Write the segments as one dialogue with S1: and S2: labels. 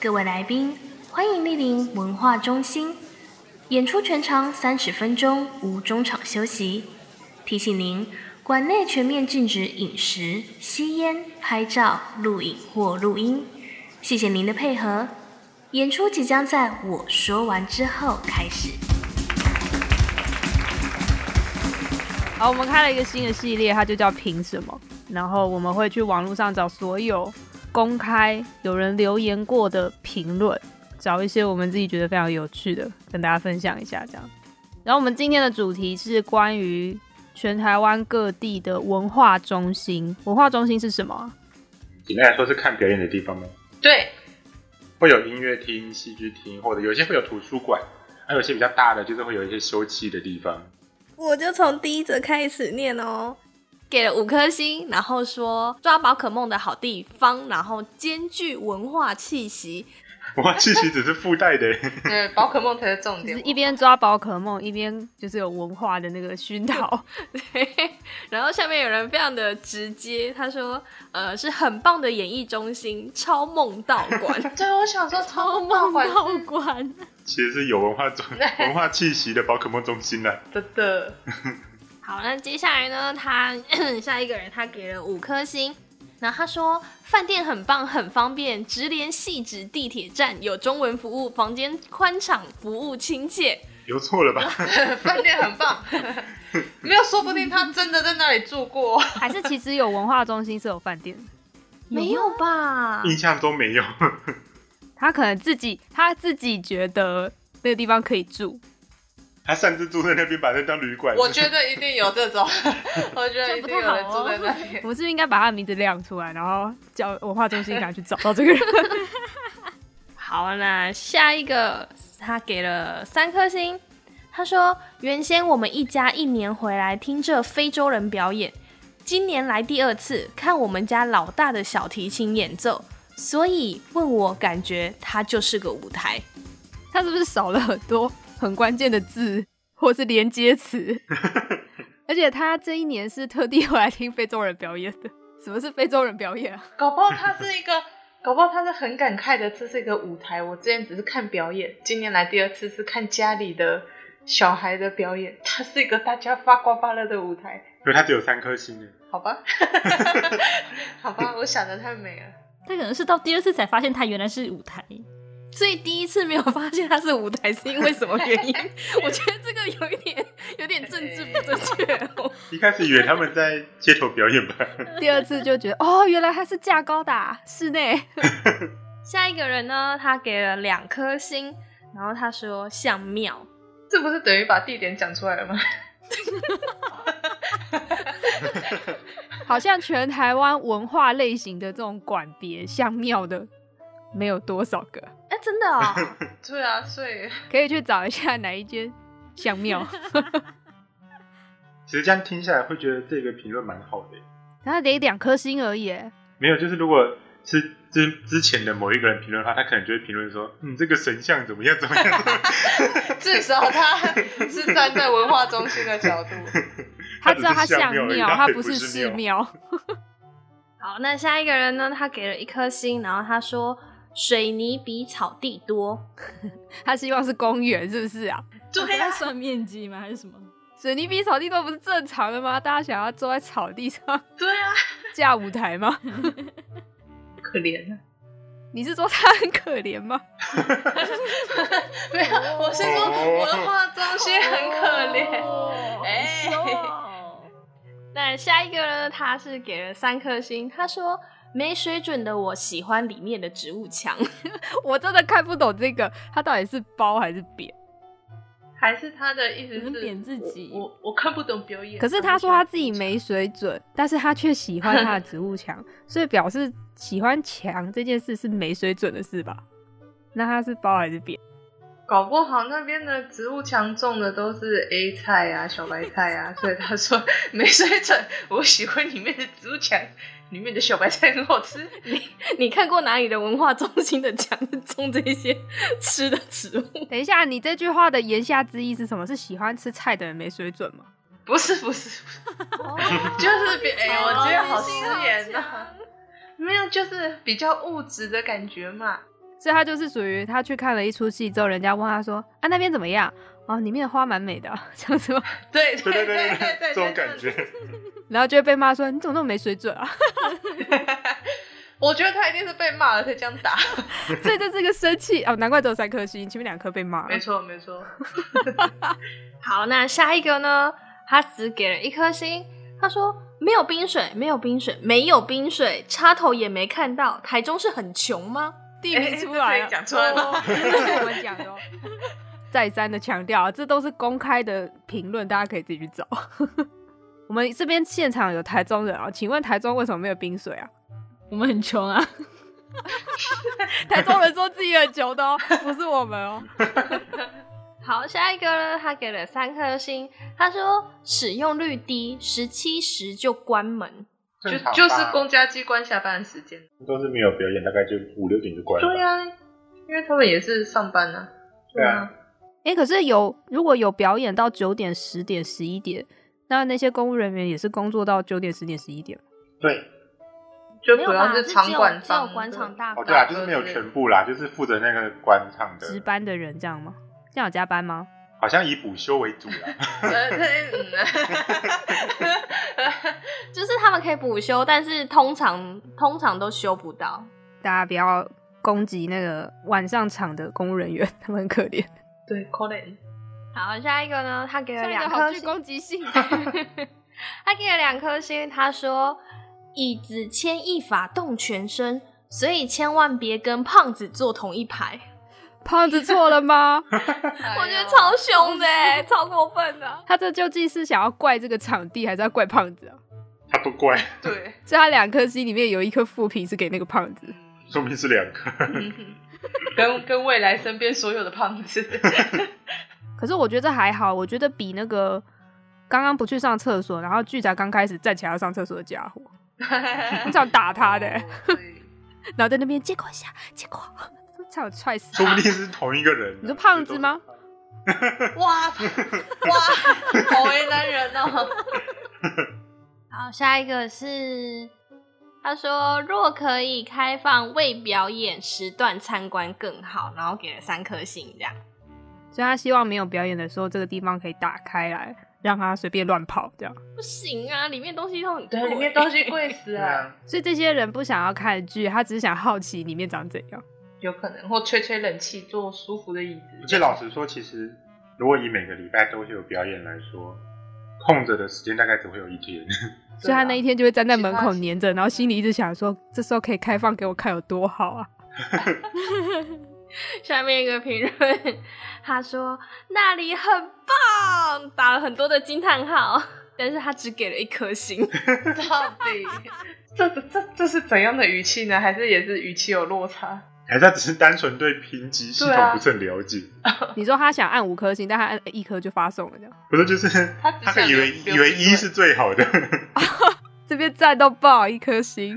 S1: 各位来宾，欢迎莅临文化中心。演出全长三十分钟，无中场休息。提醒您，馆内全面禁止饮食、吸烟、拍照、录影或录音。谢谢您的配合。演出即将在我说完之后开始。
S2: 好，我们开了一个新的系列，它就叫“凭什么”。然后我们会去网络上找所有公开有人留言过的评论，找一些我们自己觉得非常有趣的，跟大家分享一下这样。然后我们今天的主题是关于全台湾各地的文化中心。文化中心是什么啊？
S3: 简单来说是看表演的地方吗？
S4: 对，
S3: 会有音乐厅、戏剧厅，或者有些会有图书馆，还有一些比较大的，就是会有一些休憩的地方。
S5: 我就从第一则开始念哦。
S4: 给了五颗星，然后说抓宝可梦的好地方，然后兼具文化气息。
S3: 哇，其实只是附带的，
S4: 对，宝可梦才是重
S2: 就是一边抓宝可梦，一边就是有文化的那个熏陶。
S4: 对，然后下面有人非常的直接，他说，呃，是很棒的演艺中心，超梦道 馆。对，我想说超梦馆
S2: 道馆，
S3: 其实是有文化中文化气息的宝可梦中心呢、
S4: 真的。好，那接下来呢？他 下一个人他给了五颗星，然后他说饭店很棒，很方便，直连细指地铁站，有中文服务，房间宽敞，服务亲切。
S3: 有错了吧？
S6: 饭店很棒，没有，说不定他真的在那里住过。
S2: 还是其实有文化中心是有饭店的，
S4: 没有吧？
S3: 印象中没有。
S2: 他可能自己他自己觉得那个地方可以住，
S3: 他擅自住在那边，把那当旅馆。
S6: 我 觉得一定有这种，我觉得一定有人住在那 里。
S2: 我们是不是应该把他的名字亮出来，然后叫文化中心赶去找到这个人？
S4: 好，那下一个他给了三颗星。他说：“原先我们一家一年回来听这非洲人表演，今年来第二次看我们家老大的小提琴演奏，所以问我感觉它就是个舞台。
S2: 他是不是少了很多很关键的字或是连接词？而且他这一年是特地回来听非洲人表演的。什么是非洲人表演啊？
S6: 搞不好他是一个，搞不好他是很感慨的，这是一个舞台。我之前只是看表演，今年来第二次是看家里的小孩的表演，它是一个大家发光发热的舞台。
S3: 因为他只有三颗星呢。
S6: 好吧，好吧，我想的太美了。
S7: 他可能是到第二次才发现他原来是舞 台。
S4: 所以第一次没有发现它是舞台，是因为什么原因？我觉得这个有一点有点政治不正确、哦。
S3: 一开始以为他们在街头表演吧，
S2: 第二次就觉得哦，原来他是架高的啊、室内。
S4: 下一个人呢，他给了两颗星，然后他说像庙，
S6: 这不是等于把地点讲出来了吗？
S2: 好像全台湾文化类型的这种馆别，像庙的没有多少个，
S4: 哎、真的 哦，
S6: 对啊，所以
S2: 可以去找一下哪一间像庙。
S3: 其实这样听下来会觉得这个评论蛮好的。
S2: 然后得两颗星而已耶，
S3: 没有，就是如果是之之前的某一个人评论的话，他可能就会评论说，嗯，这个神像怎么样怎么样。
S6: 至少他是站在文化中心的 角度。
S2: 他知道他像
S3: 只是
S2: 庙，
S3: 他
S2: 他
S3: 也
S2: 不是寺
S3: 寺。
S2: 庙。
S4: 好，那下一个人呢？他给了一颗星，然后他说水泥比草地多。
S2: 他希望是公园，是不是啊？
S7: 对、在算面积吗？还是什么？
S2: 水泥比草地多不是正常的吗？大家想要坐在草地上
S6: 对啊，
S2: 架舞台吗？
S6: 可怜啊！
S2: 你是说他很可怜吗？
S6: 没有，啊我是说文化中心很可怜。哎
S7: 哦
S4: 那下一个呢？他是给了三颗星，他说没水准的我喜欢里面的植物墙。
S2: 我真的看不懂这个，他到底是包还是扁？
S6: 还是他的意思
S7: 你
S6: 是
S7: 们贬自己
S6: 我我我看不懂表演。
S2: 可是他说他自己没水准，但是他却喜欢他的植物墙， 所以表示喜欢墙这件事是没水准的事吧？那他是包还是扁？
S6: 搞不好那边的植物墙种的都是 A 菜啊、小白菜 啊，所以他说没水准。我喜欢里面的植物墙，里面的小白菜很好吃。
S4: 你看过哪里的文化中心的墙是种这些吃的植物？
S2: 等一下，你这句话的言下之意是什么？是喜欢吃菜的人没水准吗？
S6: 不是
S3: 哦
S6: 不是，不是就是别哎、我觉得好失言呐、没有，们就是比较物质的感觉嘛。
S2: 所以他就是属于他去看了一出戏之后，人家问他说：“啊，那边怎么样？”哦，里面的花蛮美的、啊， 这样子吗，
S6: 对
S3: 对
S6: 对
S3: 对 对
S6: 对
S3: 对，这种感。觉。
S2: 然后就会被骂说：“你怎么那么没水准啊
S6: 我觉得他一定是被骂了才这样打。？”
S2: 所以这是个生气哦，难怪只有三颗星，前面两颗被骂
S6: 没
S2: 了。
S6: 错没错，
S4: 好，那下一个呢？他只给了一颗星，他说没有冰水，没有冰水，没有冰水，插头也没看到。台中是很穷吗？
S2: 地名出来
S6: 哎这可以
S2: 了，
S6: 讲出来吗
S2: 哦这是我们讲的、哦。 再三的强调、啊，这都是公开的评论，大家可以自己去找。 我们这边现场有台中人啊，请问台中为什么没有冰水啊？
S7: 我们很穷啊，
S2: 台中人说自己很穷的哦，不是我们哦。
S4: 好，下一个呢？他给了三颗星，他说使用率低，十七时就关门。
S6: 就
S3: 正常吧
S6: 就是公家机关下班的时间。
S3: 都是没有表演，大概就五六点就关了。
S6: 对啊，因为他们也是上班呢、
S3: 对啊，
S2: 哎、可是有如果有表演到九点、十点、十一点，那那些公务人员也是工作到九点、十点、十一点。
S3: 对，
S6: 就
S4: 没
S6: 主
S4: 有
S6: 要
S4: 吧？
S6: 是
S4: 只
S6: 场
S4: 有
S6: 馆
S4: 只有
S6: 方
S4: 广场大
S3: 哦
S4: 哥。
S3: 对啊，就是没有全部啦，就是负责那个官唱的，
S2: 值班的人这样吗？这样有加班吗？
S3: 好像以补休为主啦。
S6: 呃，对嗯
S4: 就是他们可以补休，但是通常通常都休不到。
S2: 大家不要攻击那个晚上场的公务人员，他们很可怜。
S6: 对，可能
S4: 好，下一个呢？他给了两
S2: 好
S4: 颗
S2: 具
S4: 星，
S2: 攻击性。
S4: 他给了两颗星。他说：“椅子牵一发动全身，所以千万别跟胖子坐同一排。
S2: 胖子错了吗？
S4: 我觉得超凶的、 欸，超过分的、
S2: 他这究竟是想要怪这个场地，还是要怪胖子啊？
S3: 他不怪，
S6: 对，
S2: 所以他两颗星里面有一颗负评是给那个胖子。
S3: 说明是两个。
S6: 跟跟未来身边所有的 胖子，
S2: 可是我觉得还好，我觉得比那个刚刚不去上厕所，然后剧才刚开始站起来要上厕所的家伙，我想打他的、欸
S6: 哦对
S2: 然后在那边借过一下，借过，差点踹死
S3: 说不
S2: 他。
S3: 定是同一个人啊。
S2: 你说胖子吗？
S6: 哇哇，好为难人哦。
S4: 好，下一个是他说，若可以开放未表演时段参观更好，然后给了三颗星这样。
S2: 所以他希望没有表演的时候，这个地方可以打开来，让他随便乱跑这样。
S4: 不行啊，里面东西都很贵
S6: 对，里面东西贵死
S3: 对
S6: 啊，
S3: 啊，
S2: 所以这些人不想要看剧，他只是想好奇里面长怎样。
S6: 有可能或吹吹冷气，坐舒服的椅
S3: 而
S6: 子。
S3: 且老实说，其实如果以每个礼拜都会有表演来说，空着的时间大概只会有一天。
S2: 所以他那一天就会站在门口
S6: 啊其他
S2: 黏着，然后心里一直想说，这时候可以开放给我看有多好 啊！
S4: 下面一个评论，他说那里很棒，打了很多的惊叹号，但是他只给了一颗星。
S6: 到底这这这是怎样的语气呢？还是也是语气有落差？
S3: 还是他只是单纯对评级系
S6: 对
S3: 统
S6: 啊
S3: 不是很了解？
S2: 你说他想按五颗星，但他按一颗就发送了，这样
S3: 不是，就是
S6: 他只
S3: 他
S6: 想
S3: 可以为
S6: 留
S3: 以为一是最好的，
S2: 这边赞到爆一颗星。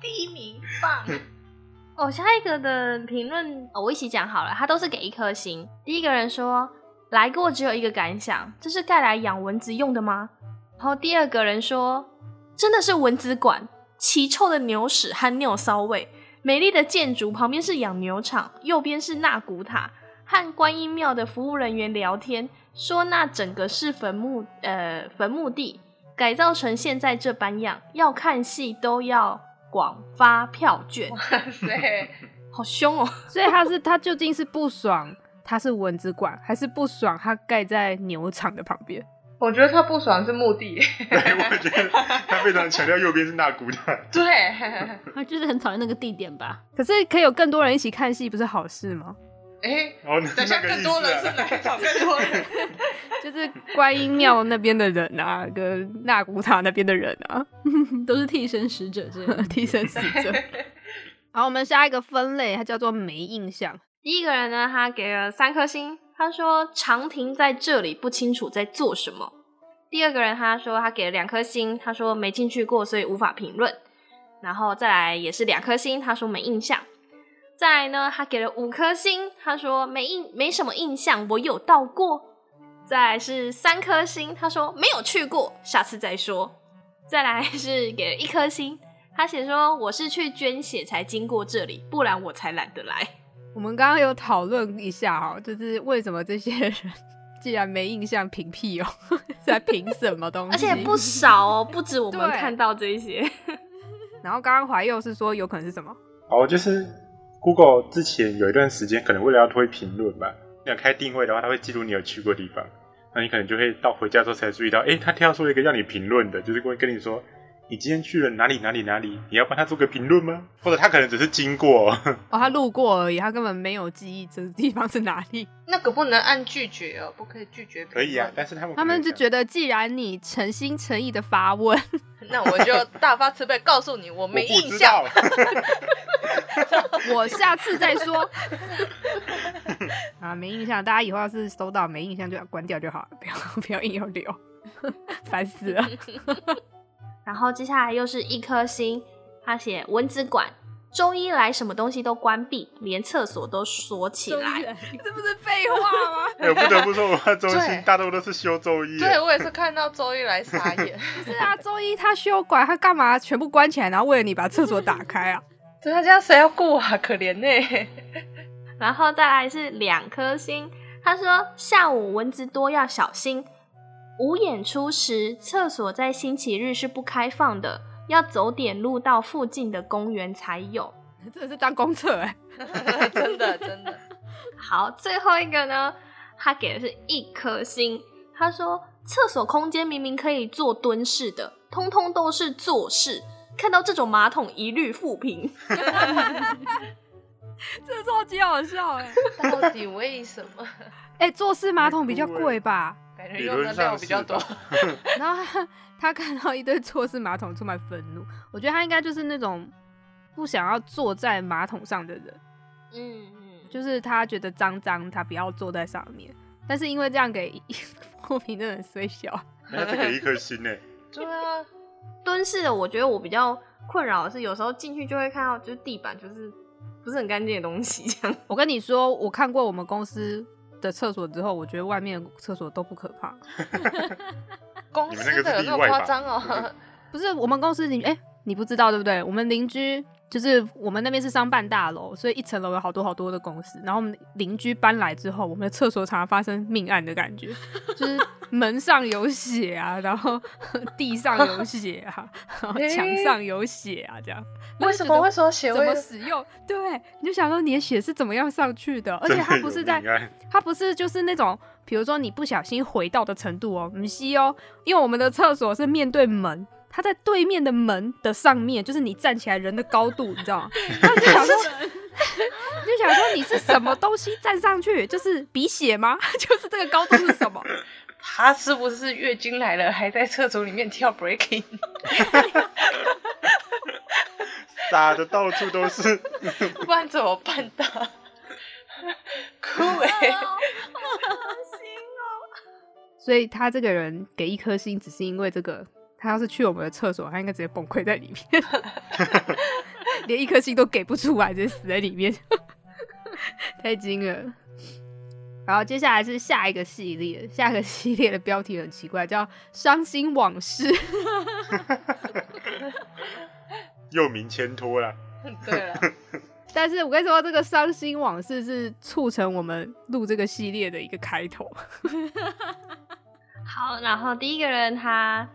S6: 第一名棒，
S4: 哦，下一个的评论、哦我一起讲好了，他都是给一颗星。第一个人说来过只有一个感想，这是盖来养蚊子用的吗？然后第二个人说真的是蚊子馆，奇臭的牛屎和尿骚味。美丽的建筑旁边是养牛场，右边是纳古塔，和观音庙的服务人员聊天，说那整个是坟墓，呃，坟墓地改造成现在这般样，要看戏都要广发票券。
S6: 哇塞！
S4: 好凶哦！
S2: 所以他是他究竟是不爽他是蚊子馆，还是不爽他盖在牛场的旁边？
S6: 我觉得他不爽是目的，
S3: 对，我觉得他非常强调右边是纳古塔，
S6: 对，
S7: 他就是很讨厌那个地点吧？
S2: 可是可以有更多人一起看戏，不是好事吗？
S6: 哎，
S3: 然后那
S6: 等一下
S3: 那个
S6: 更
S3: 意
S6: 多
S3: 思
S6: 人
S3: 啊
S6: 是哪一场更多人？
S2: 就是观音庙那边的人啊，跟纳古塔那边的人啊，
S7: 都是 替身使者这 样。
S2: 替身使者。 好，我们下一个分类，它叫做没印象。
S4: 第一个人呢，他给了三颗星，他说长亭在这里不清楚在做什么。第二个人他说他给了两颗星，他说没进去过，所以无法评论。然后再来也是两颗星，他说没印象。再来呢，他给了五颗星，他说没印没什么印象，我有到过。再来是三颗星，他说没有去过，下次再说。再来是给了一颗星，他写说我是去捐血才经过这里，不然我才懒得来。
S2: 我们刚刚有讨论一下哈，就是为什么这些人既然没印象，凭屁哦， 在凭什么东西？
S4: 而且不少哦，不止我们
S2: 嗯对
S4: 看到这些。
S2: 然后刚刚怀佑是说有可能是什么？
S3: 哦，就是 Google 之前有一段时间，可能为了要推评论吧，你要开定位的话，它会记录你有去过的地方，那你可能就会到回家之后才注意到，诶，它跳出一个让你评论的，就是会跟你说，你今天去了哪里哪里哪里，你要帮他做个评论吗？或者他可能只是经过，
S2: 哦，他路过而已，他根本没有记忆这个地方是哪里。
S6: 那可不能按拒绝哦，不可以拒 绝。
S3: 可以啊，，但是他们
S2: 他们就
S3: 得
S2: 觉得，既然你诚心诚意的发问，
S6: 那我就大发慈悲告诉你，我
S3: 我
S6: 没
S3: 不
S6: 印
S3: 知
S6: 象
S3: 道。，
S2: 我下次再说。 啊，没印象，大家以后要是收到没印象就要关掉就好了，不要不要硬要留， 烦死了。
S4: 然后接下来又是一颗星，他写蚊子馆，周一来什么东西都关闭，连厕所都锁起
S7: 终于
S4: 来。
S7: 来
S2: 这不是废话 吗？
S3: 哎我不得不说，我们中
S6: 对
S3: 心大多都是修周一，
S6: 对，我也是看到周一来傻眼。
S2: 是啊，周一他休馆，他干嘛全部关起来，然后为了你把厕所打开啊？
S6: 对啊，这样谁要顾啊？可怜呢、
S4: 然后再来是两颗星，他说下午蚊子多要小心。五演出时，厕所在星期日是不开放的，要走点路到附近的公园才有。
S2: 真的是当公厕哎、
S6: 真的真的，
S4: 好，最后一个呢，他给的是一颗星。他说，厕所空间明明可以做蹲式的，通通都是坐式。看到这种马桶一律负评。
S2: 这超级好笑哎、
S6: 到底为什么？
S2: 哎、坐式马桶比较贵 吧？
S6: 感觉
S3: 理
S6: 用
S3: 论
S6: 的
S3: 上
S6: 量
S3: 是
S6: 比较多
S3: 吧。
S2: 然后他他看到一堆坐式马桶，充满愤怒。我觉得他应该就是那种不想要坐在马桶上的人，
S4: 嗯嗯，
S2: 就是他觉得脏脏，他不要坐在上面。但是因为这样 给破评的人虽小，
S3: 那这给一颗星呢，
S6: 对啊，
S4: 蹲式的，我觉得我比较困扰的是，有时候进去就会看到，就是地板就是不是很干净的东西这样。
S2: 我跟你说，我看过我们公司的厕所之后，我觉得外面的厕所都不可怕。
S6: 公
S3: 你们那个
S6: 司的有
S3: 是例
S6: 那么
S3: 外
S6: 夸
S3: 吧
S6: 张哦？
S2: 不是我们公司邻，哎、你不知道对不对？我们邻居就是我们那边是商办大楼，所以一层楼有好多好多的公司。然后我们邻居搬来之后，我们的厕所常常发生命案的感觉，就是 门上有血啊，然后 地上 有血啊，然后墙上有血啊，这样。
S6: 为什么为
S2: 会
S6: 什么血
S2: 怎
S6: 会
S2: 么？使用？对，你就想说你的血是怎么样上去 的？而且
S3: 真
S2: 它
S3: 的
S2: 不是
S3: 有
S2: 在
S3: 命案
S2: 它不是就是那种，比如说你不小心回到的程度哦，不是哦，因为我们的厕所是面对门，它在对面的门的上面，就是你站起来人的高度，你知道吗？然后你就想说，你就想说你是什么东西站上去，就是鼻血吗？ 就是这个高度是什么？
S6: 他是不是月经来了还在厕所里面跳 breaking？
S3: 打的到处都是。
S6: 不然怎么办到？ 哭哎、
S2: 所以他这个人给一颗星，只是因为这个，他要是去我们的厕所，他应该直接崩溃在里面，连一颗星都给不出来，直接死在里面， 太惊人了。然后接下来是下一个系列，下一个系列的标题很奇怪，叫“伤心往事
S3: 又名前 拖啦，
S6: 对啊了，”。
S2: 但是我跟你说，这个“伤心往事”是促成我们录这个系列的一个开头。
S4: 好，然后第一个人他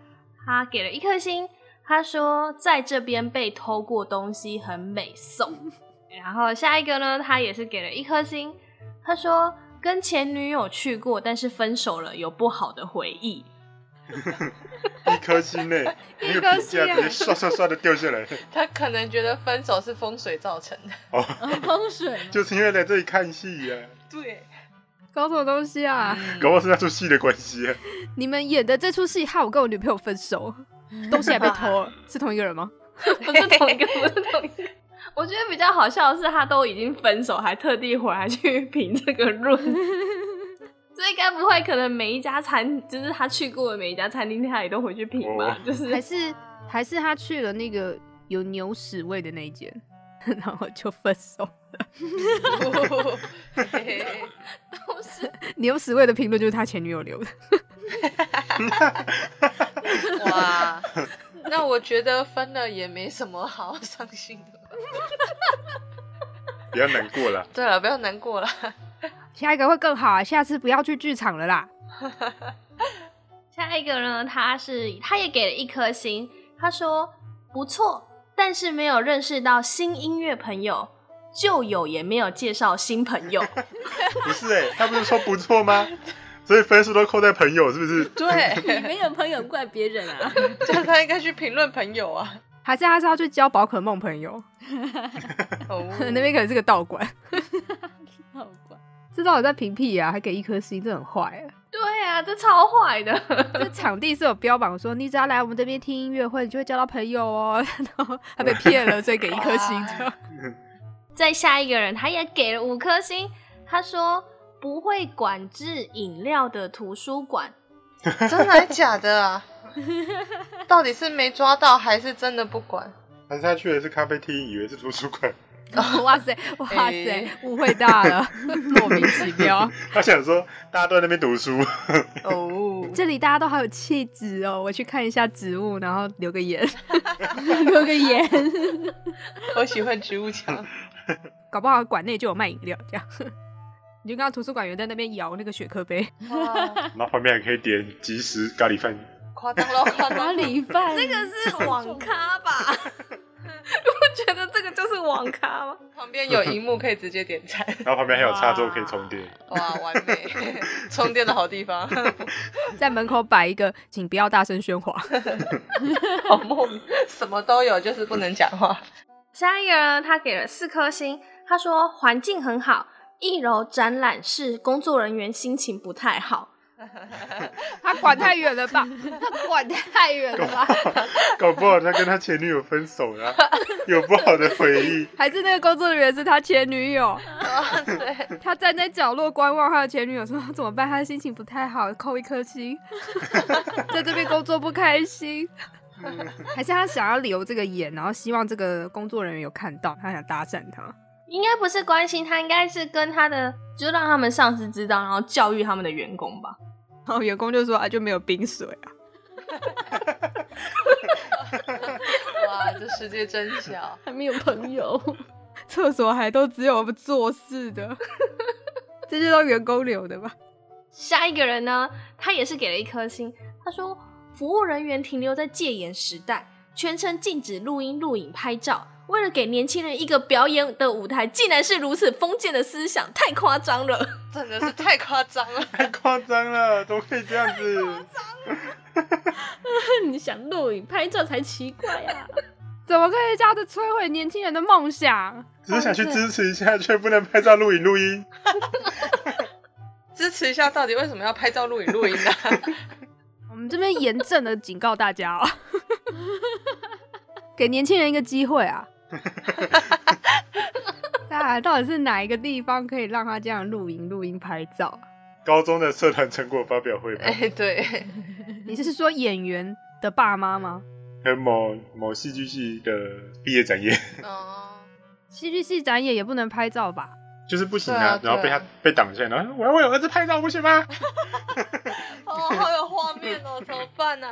S4: 他给了一颗星，他说在这边被偷过东西很美 送。然后下一个呢，他也是给了一颗星，他说跟前女友去过，但是分手了，有不好的回忆。
S3: 一颗星呢，那个评
S2: 啊
S3: 价直接刷刷刷的掉下来。
S6: 他可能觉得分手是风水造成的。
S3: 哦，
S7: 风水吗，
S3: 就是因为来这里看戏呀、
S6: 对，
S2: 搞什么东西啊？
S3: 搞不好是那出戏的关系、啊。
S2: 你们演的这出戏害我跟我女朋友分手，东西还被偷了，是同一个人吗？
S4: 不是同 一个，不是同一个。我觉得比较好笑的是，他都已经分手，还特地回来 去评这个论。所以该不会可能每一家餐，就是他去过的每一家餐厅，他也都回去评吧
S3: 哦？
S4: 就是
S2: 还是还是他去了那个有牛屎味的那一间， 然后就分手。
S6: 嘿嘿嘿
S4: 都是
S2: 牛屎味的评论就是他前女友留的，
S6: 哇，那我觉得分了也没什么好伤心的。
S3: 不要难过啦。
S6: 对了，不要难过了。
S2: 下一个会更好啊！下次不要去剧场了啦。
S4: 下一个呢，他是他也给了一颗星，他说不错，但是没有认识到新音乐朋友，旧友也没有介绍新朋 友。
S3: 不是哎、他不是说不错吗？所以分数都扣在朋友是不是？
S7: 你
S6: 对，
S7: 没有朋友怪别人啊，
S6: 这样他应该去评论朋友啊。
S2: 还是他是要去交宝可梦朋友，，
S6: 哦
S2: 那边可能是个道馆。
S7: 好怪。
S2: 这到底在评屁啊？还给一颗星，这很坏啊。
S4: 对啊，这超坏的。
S2: 这场地是有标榜说，你只要来我们这边听音乐会，你就会交到朋友哦。 然后他被骗了，所以给一颗星。这样
S4: 再下一个人，他也给了五颗星，他说不会管制饮料的图书馆。
S6: 真的还假的啊？到底是没抓到还是真的不管？
S3: 但是他去的是咖啡厅，以为是图书馆，
S2: 哇塞，哇塞
S6: 哎，
S2: 误会大了，莫名其妙。
S3: 他想说大家都在那边读书，
S6: 哦，
S2: 这里大家都好有气质哦，我去看一下植物，然后留个 言，
S7: 留个言，
S6: 我喜欢植物墙。
S2: 搞不好馆内就有卖饮料这样。 你就看到图书馆员在那边摇那个雪克杯，
S6: 哇，
S3: 然后旁边还可以点即食咖喱饭。
S6: 夸张了，夸
S7: 哪
S6: 张了。
S7: 里办？这个
S4: 是网咖吧？ 我觉得这个就是网咖吗？
S6: 旁边有荧幕可以直接点餐。
S3: 然后旁边还有插座可以充电，
S6: 哇，完美，充电的好地方，
S2: 在门口摆一个，请不要大声喧哗。
S6: 好梦，什么都有，就是不能讲话。
S4: 下一个呢，他给了四颗星，他说环境很好，一楼展览室工作人员心情不太好。
S2: 他管太远了吧？他管太 远了吧？
S3: 搞不好他跟他前女友分手了， 有不好的回忆。
S2: 还是那个工作人员是他前女友？
S6: 啊，对，
S2: 他站在角落观望他的前女友，说怎么办？他心情不太好，扣一颗星，在这边工作不开心。还是他想要留这个眼，然后希望这个工作人员有看到，他想搭讪他。
S4: 应该不是关心他，应该是跟他的，就让他们上司知道，然后教育他们的员工吧。
S2: 然后员工就说啊，就没有冰水啊。
S6: 哇，这世界真小。
S7: 还没有朋 友，
S2: 厕所还都只有做事的，这些都员工留的吧？
S4: 下一个人呢，他也是给了一颗星，他说服务人员停留在戒严时代，全程禁止录音、录影、拍照。为了给年轻人一个表演的舞台，竟然是如此封建的思想，太夸张了。
S6: 真的是太夸张了，
S3: 太夸张了，怎么可以这样子？
S7: 你想录影拍照才奇怪啊！
S2: 怎么可以这样子摧毁年轻人的梦想？
S3: 只是想去支持一下，却不能拍照、录影、录音。
S6: 支持一下，到底为什么要拍照、录影、录音呢？
S2: 我们这边严正的警告大家哦，给年轻人一个机会啊！啊，到底是哪一个地方可以让他这样录影、录音、拍照啊？
S3: 高中的社团成果发表会吧，
S6: 哎，对，
S2: 你是说演员的爸妈吗？
S3: 跟某某戏剧系的毕业展演，
S6: 哦，
S2: 戏剧系展演也不能拍照吧？
S3: 就是不行
S6: 对啊
S3: 啊，
S6: 对啊
S3: 然后被他被挡下来，然后我要为我儿子拍照，不行吗？
S6: 哦，好有画面哦，怎么办呢？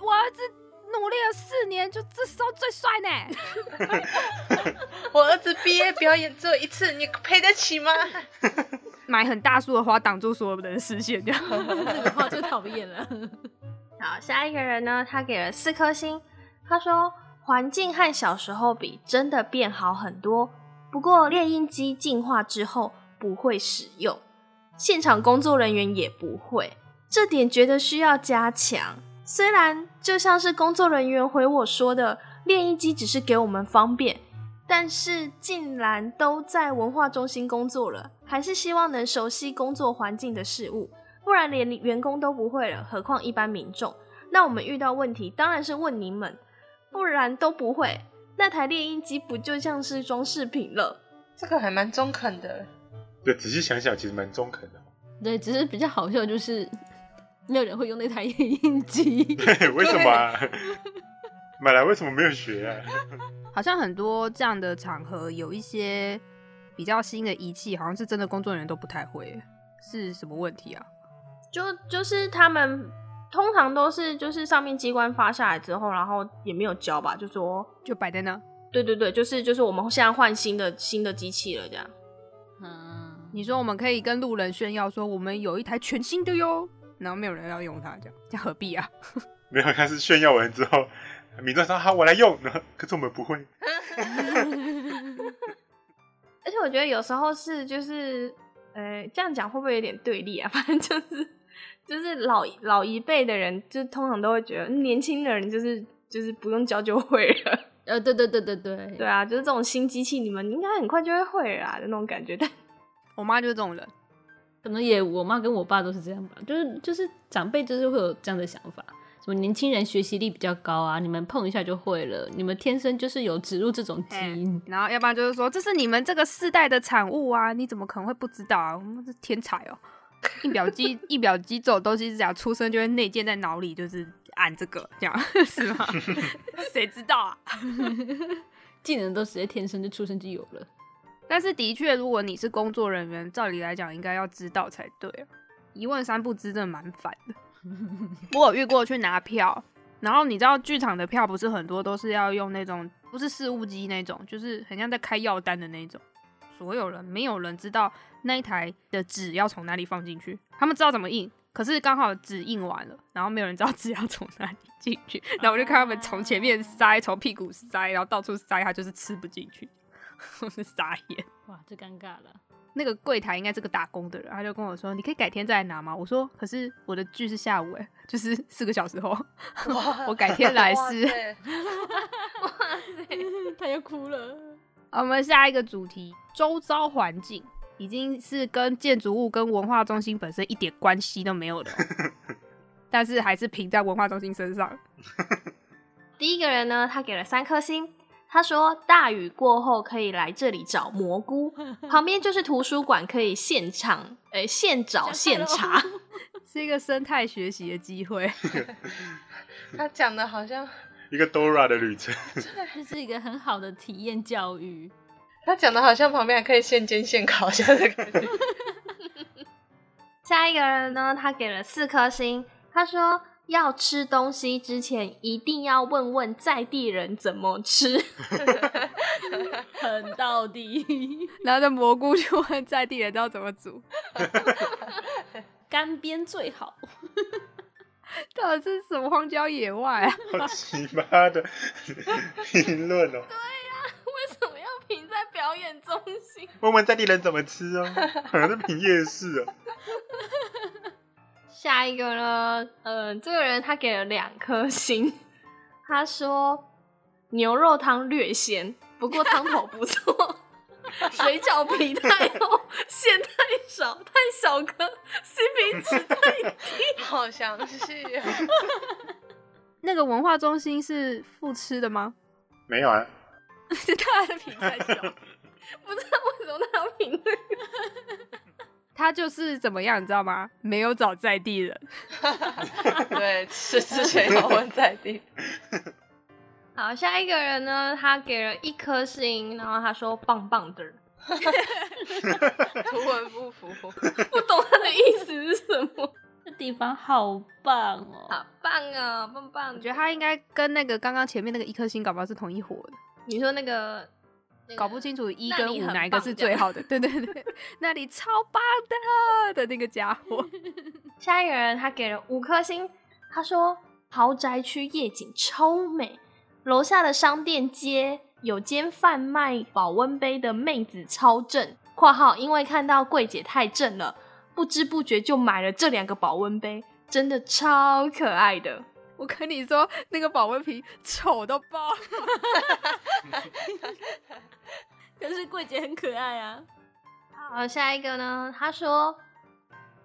S2: 我儿子努力了四年，就这时候最帅呢。
S6: 我儿子毕业表演只有一次，你赔得起吗？
S2: 买很大束的花挡住所有的人视线，这样。
S7: 这个话就讨厌了。
S4: 好，下一个人呢，他给了四颗星，他说环境和小时候比真的变好很多，不过猎鹰机进化之后不会使用，现场工作人员也不会，这点觉得需要加强。虽然就像是工作人员回我说的，猎鹰机只是给我们方便。但是，竟然都在文化中心工作了，还是希望能熟悉工作环境的事物。不然连员工都不会了，何况一般民众？那我们遇到问题当然是问你们，不然都不会。那台猎鹰机不就像是装饰品了？
S6: 这个还蛮中肯的，
S3: 对，仔细想想，其实蛮中肯 的。
S7: 对，只是比较好笑，就是没有人会用那台印机。
S3: 对，为什么啊？买来为什么没有学啊？
S2: 好像很多这样的场合，有一些比较新的仪器，好像是真的工作人员都不太会，是什么问题啊？
S4: 就就是他们通常都是就是上面机关发下来之后，然后也没有交吧，就说
S2: 就摆在那。
S4: 对对对，就是就是我们现在换新的新的机器了，这样。
S7: 嗯，
S2: 你说我们可以跟路人炫耀说我们有一台全新的哟，然后没有人要用它，这样这样何必啊？
S3: 没有，他是炫耀完之后，民众说好，我来用，然后可是我们不会，
S4: 而且我觉得有时候是就是，呃，这样讲会不会有点对立啊？反 正就是就是老老一辈的人，就通常都会觉得嗯年轻的人就是就是不用教就会了。
S7: 呃，对对对对对
S4: 对，啊，就是这种新机器，你们应该很快就会会了啊啦的那种感觉。 但
S2: 我妈就是这种人，
S7: 可能也我妈跟我爸都是这样吧，就是就是长辈就是会有这样的想法，什么年轻人学习力比较高啊，你们碰一下就会了，你们天生就是有植入这种基因。
S2: 然后要不然就是说这是你们这个世代的产物啊，你怎么可能会不知道啊？我们是天才哦、印表机印表机这种东西是讲出生就会内建在脑里，就是按这个这样 是吗？谁知道啊？
S7: 技能都直接天生就出生就有了。
S2: 但是的确，如果你是工作人员，照理来讲应该要知道才对啊。一问三不知，真的蛮烦的。我有遇过去拿票，然后你知道剧场的票不是很多都是要用那种不是事务机那种，就是很像在开药单的那种。所有人没有人知道那一台的纸要从哪里放进去，他们知道怎么印，可是刚好纸印完了，然后没有人知道 纸要从哪里进去，然后我就看他们从前面塞，从屁股塞，然后到处塞，他就是吃不进去， 我是傻眼。
S7: 哇，这尴尬 了。
S2: 那个柜台应该是个打工的人，他就跟我说：“你可以改天再来拿吗？”我说：“可是我的剧是下午、欸，就是四个小时后，我改天来是。
S6: 哇塞
S7: 他要哭了。”
S2: 好我们下一个主题，周遭环境已经是跟建筑物跟文化中心本身一点关系都没有的哦，但是还是评在文化中心身上。
S4: 第一个人呢，他给了三颗星，他说大雨过后可以来这里找蘑菇，旁边就是图书馆，可以现场诶、现找现查。
S2: 是一个生态学习的机 会，
S6: 他讲的好像
S3: 一个 Dora 的旅程，
S7: 这是一个很好的体验教育。
S6: 他讲的好像旁边还可以现煎现烤一下的感觉。
S4: 下一个人呢，他给了四颗星，他说要吃东西之前一定要问问在地人怎么吃。
S7: 很到底，
S2: 拿着蘑菇去问在地人知道怎么煮，
S7: 干煸最好。
S2: 到底是什么荒郊野外啊？
S3: 好奇葩的评论哦。
S4: 为什么要评在表演中心？
S3: 问问在地人怎么吃哦， 好像是评夜市哦。
S4: 下一个呢？呃，这个人他给了两颗星， 他说牛肉汤略咸，不过汤头不错。 水饺皮太厚，馅太少，太小颗，CP 值太
S6: 好详细哦，
S2: 那个文化中心是付吃的吗？
S3: 没有啊，
S2: 是他的评价小，
S4: 不知道为什么他要评论。
S2: 他就是怎么样，你知道吗？没有找在地人。
S6: 对，吃之前要问在地。
S4: 好，下一个人呢，他给了一颗星，然后他说棒棒的，
S6: 图文不符，
S4: 不懂他的意思是什么。
S7: 这地方好棒哦！
S4: 好棒啊、棒棒！
S2: 我觉得他应该跟那个刚刚前面那个一颗星，搞不好是同一伙的，
S4: 你说那个，那个
S2: 搞不清楚一
S4: 那
S2: 跟
S4: 你
S2: 五
S4: 很
S2: 哪一个
S4: 棒
S2: 是
S4: 这
S2: 最
S4: 样
S2: 好的。对对对， 那里超棒的的那个家伙，
S4: 下一个人他给了五颗星，他说豪宅区夜景超美，楼下的商店街有间贩卖保温杯的妹子超正（括号因为看到柜姐太正了，不知不觉就买了这两个保温杯，真的超可爱的
S2: 我跟你说，那个保温瓶丑到爆。
S7: 可是柜姐很可爱啊。）。
S4: 好，下一个呢？他说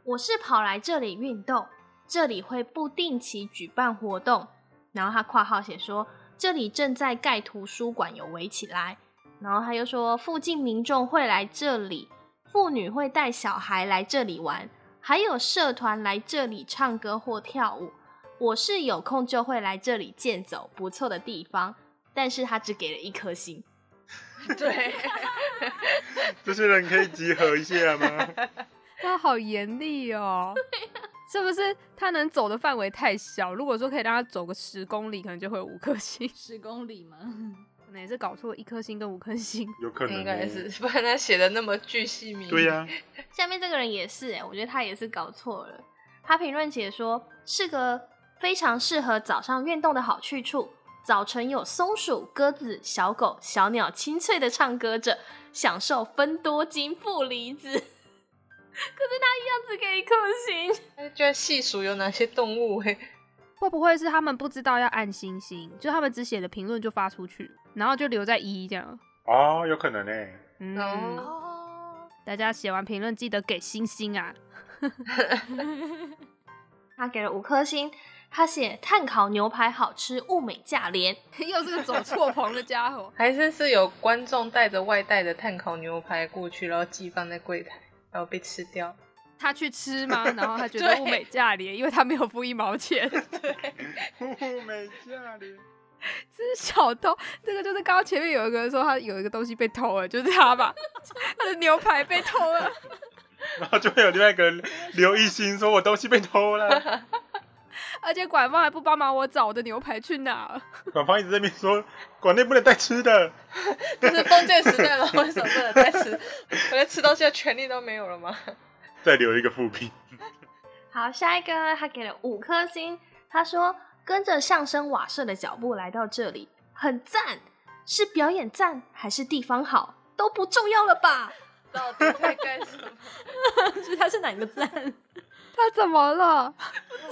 S4: 我是跑来这里运动，这里会不定期举办活动。然后他括号写说，这里正在盖图书馆，有围起来。然后他又说，附近民众会来这里，妇女会带小孩来这里玩，还有社团来这里唱歌或跳舞。我是有空就会来这里健走，不错的地方。但是他只给了一颗星，
S6: 对，
S3: 这些人可以集合一下吗？
S2: 他好严厉哦，是不是他能走的范围太小？如果说可以让他走个十公里，可能就会有五颗星。
S7: 十公里吗？
S2: 可能也是搞错一颗星跟五颗星。
S3: 有可能
S6: 应该
S3: 哦
S6: 是，不然他写的那么巨细靡遗。
S3: 对呀、啊
S4: 下面这个人也是、欸，我觉得他也是搞错了。他评论写说是个非常适合早上运动的好去处。早晨有松鼠、鸽子、小狗、小鸟清脆的唱歌着，享受分多精负离子。可 是他一样只给一颗星，
S6: 他哎居然细数有哪些动物、欸，
S2: 会不会是他们不知道要按星星，就他们只写了评论就发出去，然后就留在一这样？
S3: 哦，有可能呢、
S2: 嗯，
S6: 哦，
S2: 大家写完评论记得给星星啊！
S4: 他给了五颗星。他写碳烤牛排好吃，物美价廉。
S2: 又是个走错棚的家伙
S6: 还是是有观众带着外带的碳烤牛排过去，然后寄放在柜台，然后被吃 掉。
S2: 他去吃 吗？然后他觉得
S6: 对
S2: 物美价廉，因为他没有付一毛 钱，
S3: 物美价廉，
S2: 这是小偷。这个就是刚刚前面有一个人说他有一个东西被偷了，就是他 吧，他的牛排被偷了。
S3: 然后就会有另外一个人刘一心说：“我东西被偷了。
S2: 而且管方还不帮忙我找我的牛排去哪了。”
S3: 管方一直在那边说：“馆内不能带吃的。
S6: 这是封建时代吗？为什么不能再吃？ 我连吃东西的权利都没有了吗？”
S3: 再留一个副评，
S4: 好，下一个呢他给了五颗星，他说跟着相声瓦舍的脚步来到这里，很赞，是表演赞还是地方好都不重要了吧？
S6: 到底在干什么？
S7: 就是他是哪个赞？
S2: 他怎么了？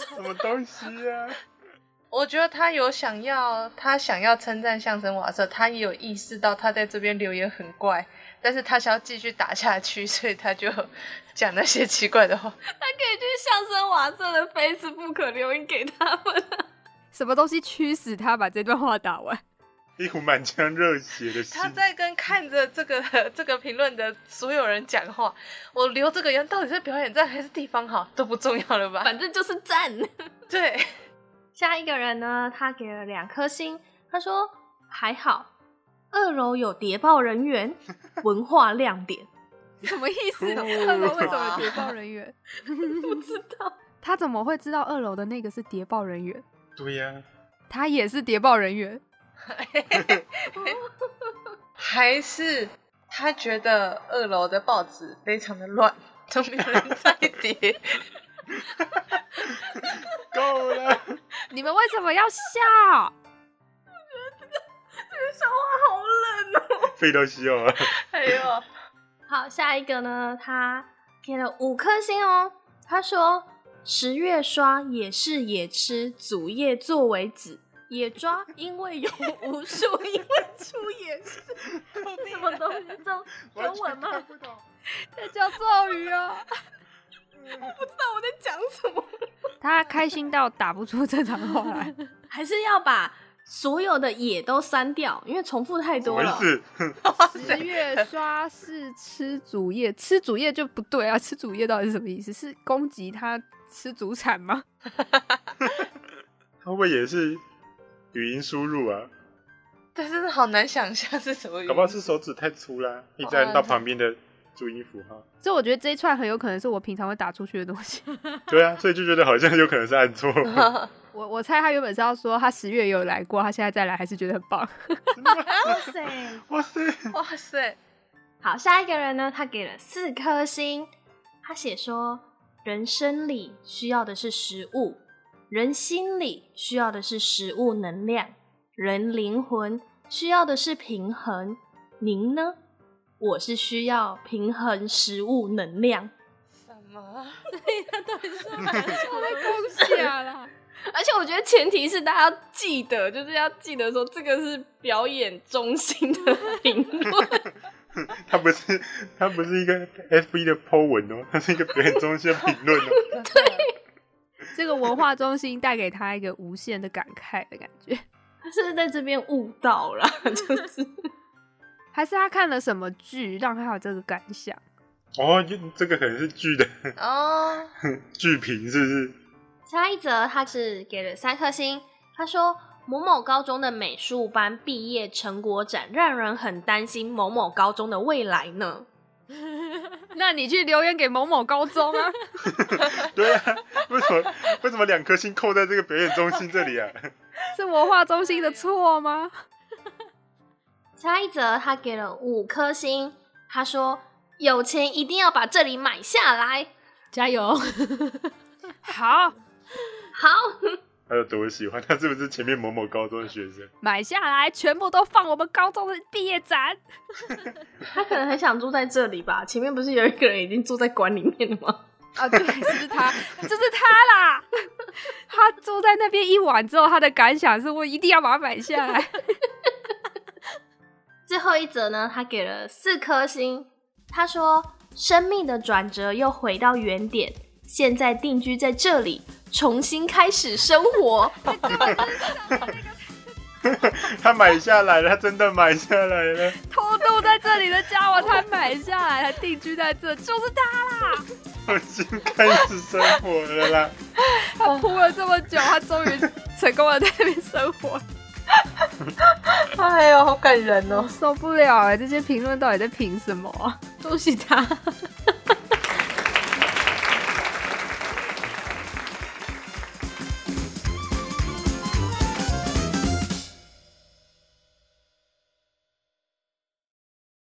S3: 什么东西啊？
S6: 我觉得他有想要，他想要称赞相声瓦舍，他也有意识到他在这边留言很怪，但是他想要继续打下去，所以他就讲那些奇怪的话。
S4: 他可以去相声瓦舍的 Facebook 留言给他们。
S2: 什么东西驱使他把这段话打完？
S3: 一股满腔热血的心
S6: 他，在跟看着这个 这个评论的所有人讲话，我留这个言到底是表演站还是地方好都不重要了吧？
S4: 反正就是赞。
S6: 对，
S4: 下一个人呢，他给了两颗星，他说还好，二楼有谍报人员，文化亮点。
S2: 什么意思？
S3: 哭
S2: 二楼为什么有谍报人 员？
S4: 不知道，
S2: 他怎么会知道二楼的那个是谍报人员？
S3: 对呀、
S2: 他也是谍报人员，
S6: 还是他觉得二楼的报纸非常的乱， 都没有人在叠。
S3: 够了，
S2: 你们为什么要笑？
S3: 费都西哦，
S6: 哎呦，
S4: 好，下一个呢，他给了五颗星哦。他说：“十月刷也是野吃，祖业作为子，野抓因为有无数，因为出野是什么东西？中中文吗？
S3: 完全看不懂
S2: 这叫咒语哦！
S4: 那 我在讲什么？
S2: 他开心到打不出正常话来。
S4: 还是要把所有的野都删掉，因为重复太
S3: 什
S4: 多
S3: 么
S4: 了。
S3: 意
S2: 十月刷是吃竹叶，吃竹叶就不对啊！吃竹叶到底是什么意思？是攻击他吃竹产吗？
S3: 他会不会也是语音输入啊？
S6: 但是好难想象是什么原
S3: 搞不好
S6: 因。
S3: 是手指太粗啦，一直按到旁边的注音符号。
S2: 所以我觉得这一串很有可能是我平常会打出去的东西。
S3: 对啊，所以就觉得好像有可能是按错。真的
S6: 哦
S3: 吗
S2: 我我猜他原本是要说他十月也有来过，他现在再来还是觉得很棒。
S4: 哇塞！
S3: 哇塞，
S6: 哇塞，
S4: 好，下一个人呢，他给了四颗星，他写说：人生里需要的是食物，人心里需要的是食物能量，人灵魂需要的是平衡。您呢？我是需要平衡食物能量，
S6: 什么？
S2: 我在恭喜啊 啦！
S4: 而且我觉得前提是大家要记得，就是要记得说这个是表演中心的评论。
S3: 他不是他不是一个 FB 的 po 文哦，他是一个表演中心的评论哦。
S2: 这个文化中心带给他一个无限的感慨的感觉，
S4: 他是不是在这边悟到了？就是
S2: 还是他看了什么剧让他有这个感想？
S3: 哦，就这个可能是剧的
S6: 哦，
S3: 剧评，是不是？
S4: 下一则他是给了三颗星，他说某某高中的美术班毕业成果展让人很担心某某高中的未来呢。
S2: 那你去留言给某某高中啊，
S3: 对啊，为什么为什么两颗星扣在这个表演中心这里啊？
S2: 是文化中心的错吗？
S4: 下一则他给了五颗星，他说有钱一定要把这里买下来。
S7: 加油！
S2: 好，
S4: 好，
S3: 他有多喜欢？他是不是前面某某高中的学生？
S2: 买下来，全部都放我们高中的毕业展。
S5: 他可能很想住在这里吧？前面不是有一个人已经住在馆里面了吗？
S2: 啊，对，是他，就是他啦。 他住在那边一晚之后，他的感想是我一定要把它买下 来。
S4: 最后一则呢，他给了四颗星。他说：“生命的转折又回到原点，现在定居在这里，重新开始生活。
S3: 他买下来了，他真的买下来了。
S2: 偷渡在这里的家伙，他买下来，他定居在这，就是他啦。
S3: 重新开始生活了啦！
S2: 他铺了这么久，他终于成功的在那边生活。
S6: 哎呦，好感人
S2: 我
S6: 哦！
S2: 欸受不了哎、这些评论到底在评什么啊？
S7: 恭喜他！